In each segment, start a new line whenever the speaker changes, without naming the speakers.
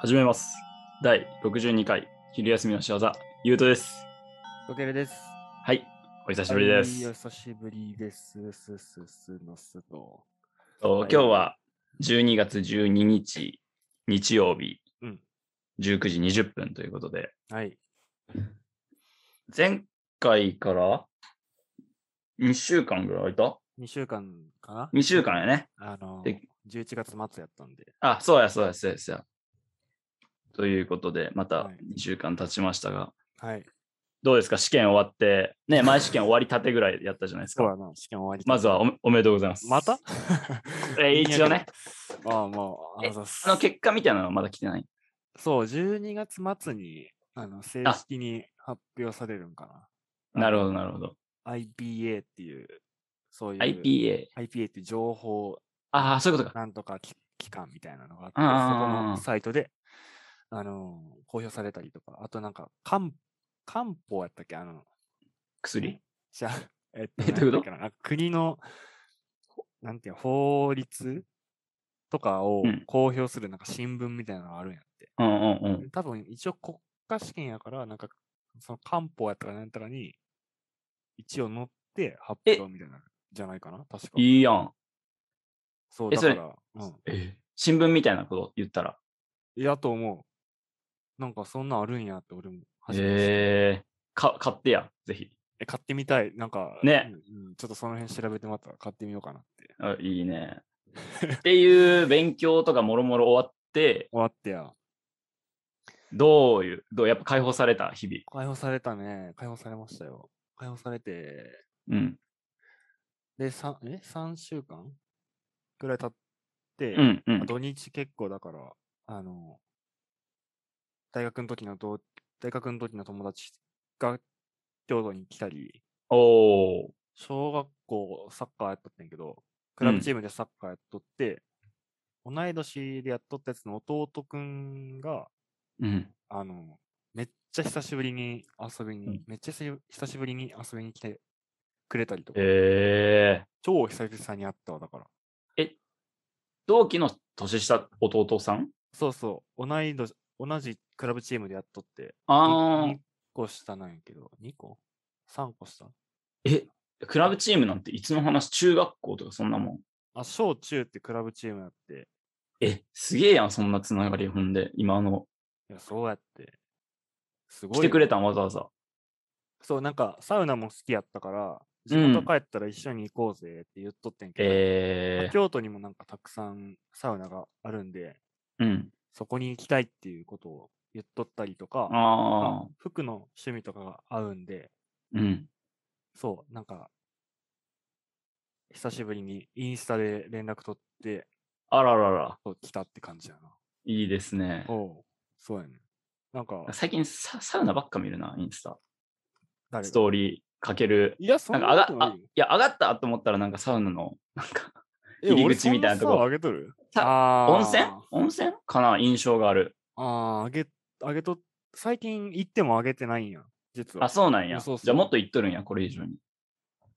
始めます。第62回、昼休みの仕業、ゆうとです。
ロケルです。
はい、お久しぶりです。
はいお久しぶりです。すすすのすの。
と今日は12月12日、日曜日、
うん
19時20分ということで、
はい。
前回から2週間ぐらい空い
2週間かな
た ?2 週間やね。
あの
で、
11月末やったんで。
あ、そうや、そうや、そうや、そうや。ということで、また
はい
2週間経ちましたが、
はい。
どうですか試験終わって、ね、前試験終わりたてぐらいやったじゃないです
そう
か。
だな、試験終わり。
まずはおめおめでとうございます。
また
え ー一応ね。
ああ、もう、あ
え
りがとうございます
あの結果みたいなのはまだ来てない。
そう、12月末に、あの、正式に発表されるんか
なるほど、なるほど。
な。IPA っていう、そういう。
IPA。
IPA っていう情報
ああ、そういうことか。
なんとかき機関みたいなのがあって、
うんうんうんうん
そこのサイトで、あのー公表されたりとか、あとなんか、漢漢方やったっけあの、
薬
じゃあ、 えっ
えどういうこと
なんだっけななんか国の、ほなんていうの法律とかを
うん
公表するなんか新聞みたいなのがあるんやって。
うんうんうん。
多分一応国家試験やから、なんか、その漢方やったかなんやったかに、一応載って発
え
表みたいな、じゃないかな確か。
いいやん。
そう、
え
だ
そ
か
れ
ら、うん。
新聞みたいなこと言ったら。
いやと思う。なんかそんなんあるんやって俺も初めて知った
えー、か買ってや、ぜひ。
え買ってみたい。なんか、
ね
うんうんちょっとその辺調べてまた買ってみようかなって。
あいい ね。っていう勉強とかもろもろ終わって、
終わってや。
どういう、どうやっぱ解放された日
解放されたね。解放されましたよ。解放されて、
々。うん。
で、さんえ ?3 週間くらい経って、
うんう
まあ
ん。
土日結構だから、あの、大学の時の同、大学の時の友達が京都に来たり、
おー。
小学校サッカーやっとってんけど、クラブチームでサッカーやっとって、同い年でやっとったやつの弟くんが、
うん。
あの、めっちゃ久しぶりに遊びに、
うん
めっちゃ久久しぶりに遊びに来てくれたりとか、
えー、
超久々に会ったわ、だから。
同期の年下弟さん
そうそう、同い年、同じクラブチームでやっとって、
あ
2個下なんやけど、2個 ?3 個下
ー。え、クラブチームなんていつの話中学校とかそんなもん。
あ、小中ってクラブチームやって、
え、すげえやん、そんなつながり。ほんで、今の、
いや、そうやって。すごい
来
よ。
てくれたん、わざわざ。
そう、なんか、サウナも好きやったから、地
うん
元帰ったら一緒に行こうぜって言っとってんけど、まあ
えー、
京都にもなんかたくさんサウナがあるんで、
うん。
そこに行きたいっていうことを言っとったりとか、ま
あ
あ服の趣味とかが合うんで、
あ、うん。
そう、なんか、久しぶりにインスタで連絡取って、
あららら、
そう来たって感じやな。
いいですね。
おう、そうやね。なんか、
最近サ、サウナばっか見るな、インスタ。
誰
ス
が
トーリーかける。
いや、そ
なんん
な
か上が
こと
あ
ないよ
いや上がったと思ったら、なんかサウナの、なんか、
え
入り
俺
口みたいなとこ
そんさ上げとる
さ
あー
温泉温泉かな、印象がある。
ああ、あげ、あげと、最近行ってもあげてないんや、実は
あ、。そうなんや。
そうそう
じゃあ、もっと言っとるんや、これ以上に。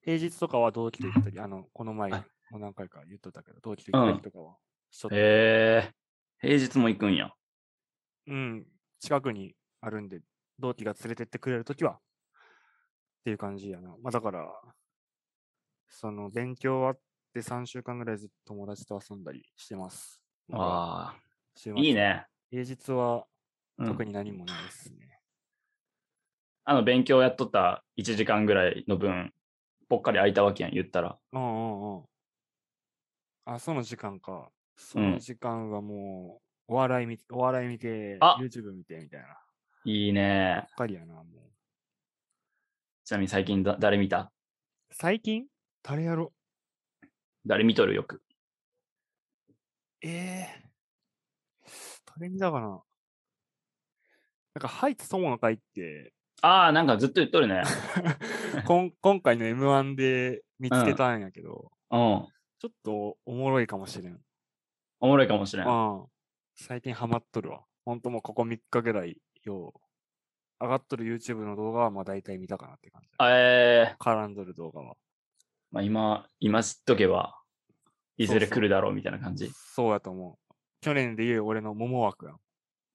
平日とかは同期と行ったり、あの、この前
はい
もう何回か言っとったけど、同期と行ったりとかはしとったり
えー、平日も行くんや。
うん、近くにあるんで、同期が連れてってくれるときは、っていう感じやな。まあだから、その、勉強終わって3週間ぐらいずっと友達と遊んだりしてます。だから
あ
週
あ、
末
いい。ね。
平日は
うん
特に何もないですね。
あの、勉強やっとった1時間ぐらいの分、ぽっかり空いたわけやん、言ったら。
うんうんうん。あ、その時間か。そ
うん
の時間はもう、お笑い見て、お笑い見て、
あ
YouTube 見てみたいな。
いい
ば
ね
っ。かりやな、もう。
ちなみに最近だ誰見た
最近誰やろ
誰見とるよく。
ええ誰見たかななんか、ハイツ友の会って、
ああ、なんかずっと言っとるね。
こん今回の M1 で見つけたんやけど、
うん。お
ちょっとおもろいかもしれん。
もろいかもしれん。
うん。最近ハマっとるわ。ほんともうここ3日ぐらい、よう。上がっとる YouTube の動画はまあ大体見たかなって感じ。
ええ
絡んどる動画は。
まあ、今、今知っとけば、いずれ来るだろうみたいな感じ。
そうやと思う。去年で言う俺の桃枠やん。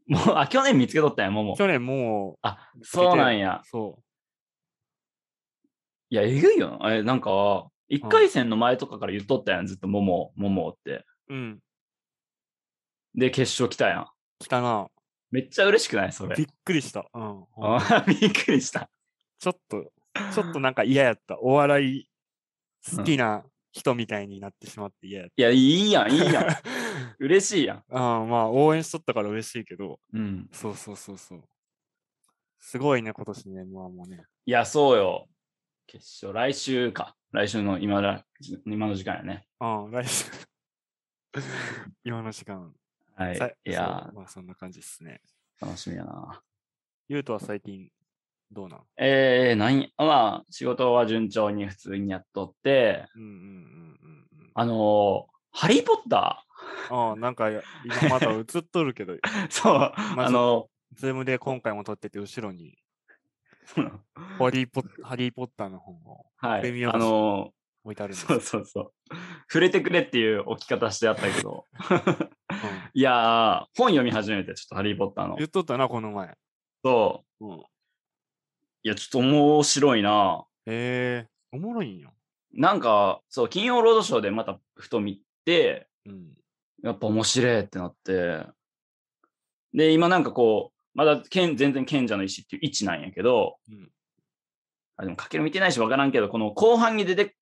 もう、あ、去年見つけとったんや、もうもう。
去年も
あ、そうなん
う
や、。
そ
いや、えぐいよな。え、なんか、1回戦の前とかから言っとったやん、ずっと、もも、ももって。
う。うん。
で、決勝来たやん。
来たな。
めっちゃ嬉しくないそれ
び。っくりした。うん。
あびっくりした。
ちょっと、ちょっとなんか嫌やった。お笑い好きな人みたいになってしまって嫌やっ
いや、いいやん、いい
た。
やん。 嬉しいやん。
あまあ、応援しとったから嬉しいけど、
うん。
そうそうそうそう。すごいね、今年ね、まあもうね。
いや、そうよ。決勝、来週か。来週の今だ、今の時間やね。
うん、来週。 今の時間。
は
さ
い。いや
そうまあそんな感じですね。
ー、楽しみやな。
ゆうとは最近、どうなん
えー、何まあ、仕事は順調に普通にやっとって、
うんうんうんうんうん。
あのーハリー・ポッタ
ああ、なんかや今まだ映っとるけ ど、
ーそう、
まず
あの
ズームで今回も撮ってて、後ろに
そうなの
ハリーポッ、ハリーポッターの本を
は
プレミ
い。
アム
あの
置いてあるん
ー
です。
そうそうそう。触れてくれっていう置き方してあったけど。
うん
いやー、本読み始めて、ちょっとハリー・ポッターの
言。っとったな、この前。
そう。
うん、
いや、ちょっと面白いな。
ええおもろいんよ。
なんか、そう、金曜ロードショーでまたふと見て、
うん。
やっぱ面白いってなって。で、今なんかこう、まだ剣全然賢者の石っていう位置なんやけど、
うん
あでも、かける見てないし分からんけど、この後半に出て、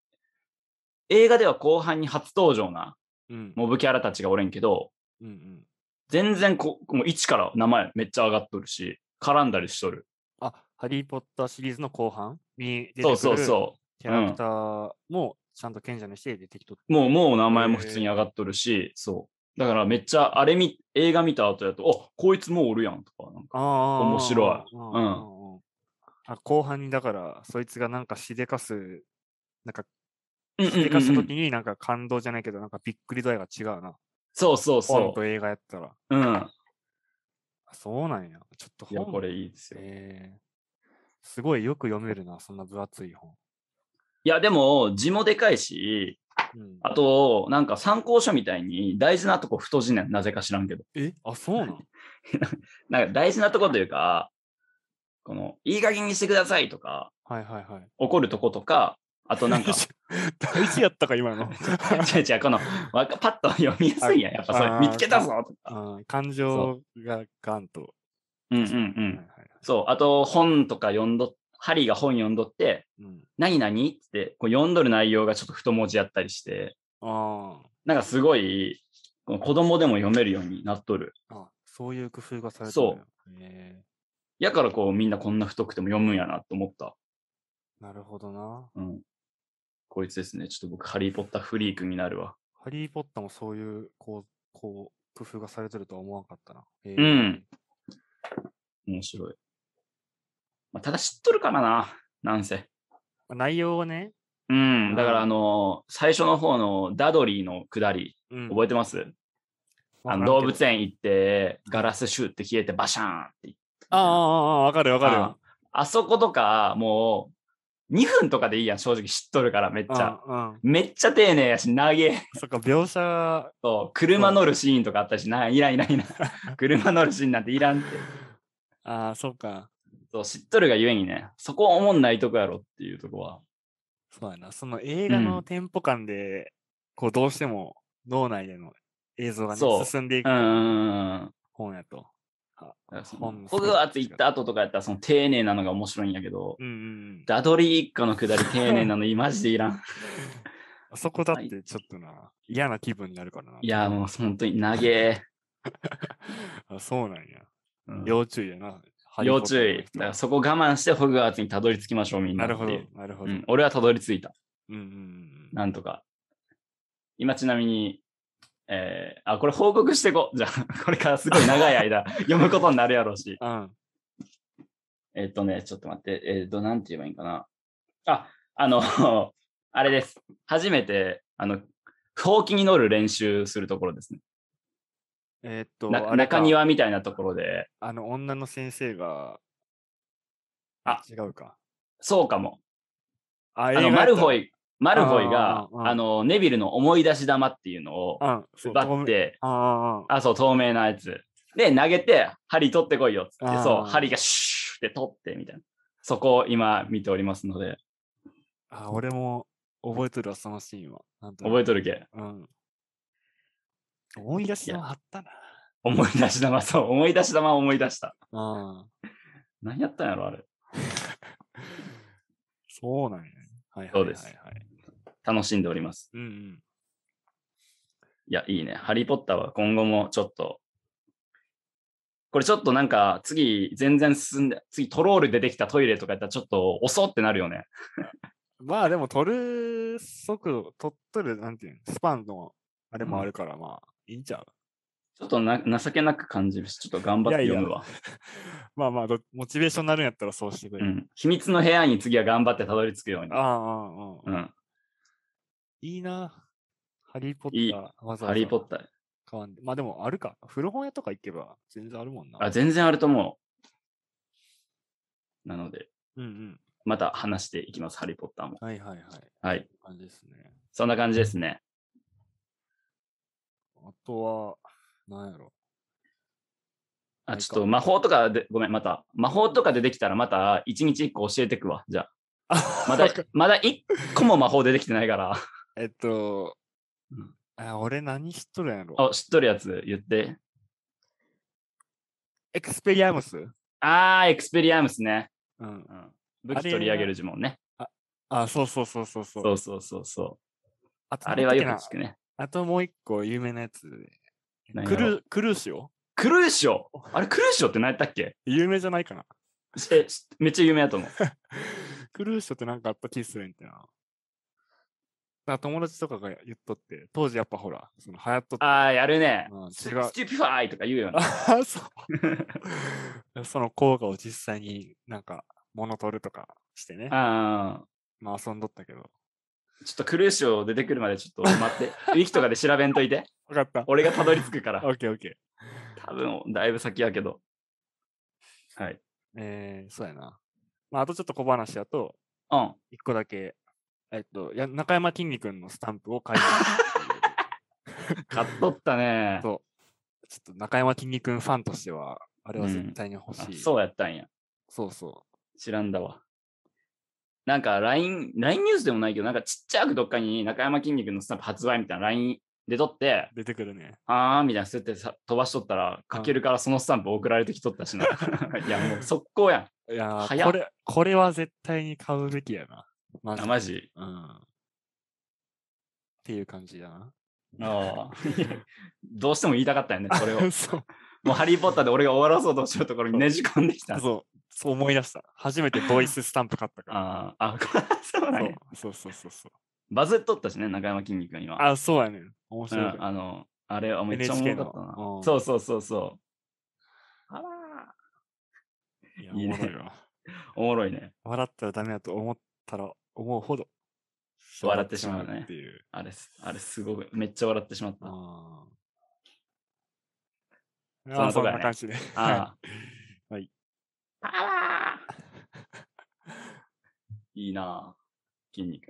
映画では後半に初登場な
うん。
モブキャラたちがおれんけど、
うんうん。
全然こもう位置から名前めっちゃ上がっとるし、絡んだりしとる。
あ、ハリーポッターシリーズの後半に出てく
そ
る
うそうそ
キャラクターもちゃんと賢者にして出てきとっ
う。もう、もう名前も普通に上がっとるし、そう。だからめっちゃ、あれ見、映画見た後だと、あこいつもうおるやんとか、なんか
ああ。
面白い
うん
ん
うんうんあ後半にだから、そいつがなんかしでかす、なんか
うんうん
しで
うんう
かした
ん
時になんか感動じゃないけど、なんかびっくり度合いが違うな。
そうそう
本
そ
と映画やったら。
う。うん。
あそうなんや。ちょっと
いや、
本
これいいですよ。
えーすごいよく読めるな、そんな分厚い本。
いや、でも、字もでかいし、
うん、
あと、なんか参考書みたいに大事なとこ太字ねんなぜか知らんけど。
えあ、そうなん
なんか大事なとこというか、この、いい加減にしてくださいとか、
はいはいはい。
怒るとことか、あとなん か、
大事やったか、今 の。
違う違う、この、わかパッと読みやすいやん。やっぱそれ
あ、
見つけたぞとか。
うん感情がガンと。
うんうんう
はいは
ん。
い
そう、あと、本とか読んどっ、ハリーが本読んどって、
うん、
何々って、こう読んどる内容がちょっと太文字やったりして、
あ
なんかすごい、この子供でも読めるようになっとる。
ーあ、そういう工夫がされてる。。
そう
え
やからこうみんなこんな太くても読むんやなと思った。
ー、なるほどな。
うん。こいつですね。ちょっと僕、ハリー・ポッターフリークになるわ。
ハリー・ポッターもそういう、こう、こう、工夫がされてるとは思わなかったな。えー
うん。面白い。まあ、ただ知っとるからな。なんせ。
まあ内容をね、
うん。だか
うん
らあのー最初の方のダドリーの下り、
うん
覚えてます、あの動物園行って、ガラスシューって消えてバシャーンって。
あーあー、あーわかるわかる
あ。あそことか、もう、2分とかでいいやん。正直知っとるから、めっちゃ。
うんうん、
めっちゃ丁寧やし、長え。
そっか、描写が
そう、車乗るシーンとかあったし、な、いらんいらんいら ん。車乗るシーンなんていらんって。
ああ、そうか。
そう、知っとるがゆえにね、そこおもんないとこやろっていうとこは。
そうやな。その映画
う
の
ん
テンポ感で、こう、どうしても脳内での映像が、
そ
ね、
う
進んでいく
うんうんうんうん。
本やと。
だからそ
ほん
の
ま
ホグワーツ行った後とかやったら、その丁寧なのが面白いんやけど、
うんうんうん。
ダドリー一家のくだり丁寧なの、マジでいらん。
あそこだっ
はい
てちょっとな、嫌な気分になるからな。
いや、もう本当に長え。
あそうなんや。
うん
要注意やな。ハリー
要
ポッタ
注
ー
意
の。
だからそこ我慢してホグワーツにたどり着きましょう、みんな
な
って
る
いう。
ほど。なるほ
う
ど。うん
ん、俺はたどり着いた。
うんうんうん。
なんとか。今ちなみに、えーあ、これ報告してこ。 じゃあ、これからすごい長い 間読むことになるやろうし。
うん。
えっ、とね、ちょっと待って、えっ、と、なんて言えばいいんかな。あ、あの、 あれです。初めて、あの、ほうきに乗る練習するところですね。
えーっと、
な
あれか
中庭みたいなところで、
あの、女の先生が、
あ
違うか。
そうかも。
あ、
あ
映画
の、
やった
マルフォイ、マルフォイ
あ
が、
ーあーあー
あの、ネビルの思い出し玉っていうのを
うん、そう
奪っ。て、
ああ、
あ、そう、透明なやつ。で、投げて、針取ってこいよっつっ
あ
て、
ー
そう、針がシューって取って、みたいな。そこを今見ておりますので、
あ、俺も覚えとるわ、そのシーンは。なん
覚え
と
とるけ。
なくうん。思い出し
いや
のあったな。
思い出し玉、そう、思い出し玉を思い出した。
うん。
何やったんやろ、あれ。
そうなんやね。はいはいはい、はい。
そうです。楽しんでおります。
うんうん。
いや、いいね。ハリー・ポッターは今後もちょっと、これちょっとなんか次全然進んで、次トロール出てきたトイレとかやったらちょっと遅ってなるよね。
まあでも、取る速度、取っとる、なんていうんスパンのあれもあるから、まあ、いいんちゃう
ちょっとな情けなく感じるし、ちょっと頑張って読むわ。
まあまあど、モチベーションになるんやったらそうしてくれ。
うん。秘密の部屋に次は頑張ってたどり着くように
あ。あ、ああ、
う
ああ。
ん。
いいな。ハリー・ポッター、
いい
わざわざ
ハリー・ポッター。
買わんで。まあでも、あるか。古本屋とか行けば全然あるもんな。
あ、全然あると思う。なので、
うんうん。
また話していきます、ハリー・ポッターも。
はいはいはい。
はい。
感じですね。
そんな感じですね。
あとは、なんやろ。、
あ、ちょっと魔法とかで、ごめん、また。魔法とか出てきたらまた1日1個教えてくわ、じゃあ。まだ まだ一個も魔法出てきてないから。
えっと
うん、
あ俺何しとるんやろ。
あ、知っとるやつ言って。
エクスペリアムス
あー、エクスペリアムスね。
うん。
うん、武器取り上げる呪文ね。
あ、そうそうそうそうそう。
そうそうそうそう。
あと
あれはよく
なんだっ
聞
け
くね。
なあともう一個有名なやつ。
何
ク
やろ
ルクルーシオ
クルーショあれクルーショって何やったっけ
有名じゃないかな。
え、しめっちゃ有名やと思う。
クルーショってなんかあった気するんてな。なんか友達とかが言っとって、当時やっぱほら、その流行っとって。
あー、やるね。
うん、違う。
ススティピファイとか言うよね。
あ そう。その効果を実際になんか物取るとかしてね。
あ
まあ遊んどったけど。
ー、ちょっとクルーショ出てくるまでちょっと待 って。ウィキとかで調べんといて。
わかった。
俺がたどり着くから
オ。ッケーオッケー。
多分、だいぶ先やけど。はい。
えー、そうやな。まああとちょっと小話だと、
うん。
一個だけ、えっと、や中山きんに君のスタンプを買いま
買っとった ね。
そうちょっと中山きんに君ファンとしては、あれは
う
絶
ん
対に欲しい。
あそうやったんや。
そうそ
知らんだわ。なんか LINE、LINE ニュースでもないけど、なんかちっちゃくどっかに中山きんに君のスタンプ発売みたいな LINE で撮って、
う。出てくるね。
あーみたいなすってさ飛ばしとったら、かけるからそのスタンプ送られてきとったし な。いや、もう速攻やん。
いやー
早っ
これ、これは絶対に買うべきやな。マジ
あ、
で
マジ。
うん。っていう感じだな。。
あーいやどうしても言いたかったよね、それを
そう。
もうハリー・ポッターで俺が終わらそうとしようところにねじ込んできた。
そう。そう思い出した。初めてボイススタンプ買ったから。
あーあ、 そうなんや
そうそうそうそうそう。
バズっとったしね、中山きんに君今。
あ、そうやねん。面
う
白い
ん、。あの、あれはめっちゃ
NHK
面
の
白かった
うん
な。そうそうそうそう。あ
いや、
いいね
おもろいわ。
ら、おもろいね。
笑ったらダメだと思ったら思うほど
笑ってしまうね
っていう。
あれす、あれすごい、めっちゃ笑ってしまった。
あ
そん
あ
な
あ、
とこ
そん
やね
な感じで。
ああ。
はい。
パワーいいなあ、筋肉。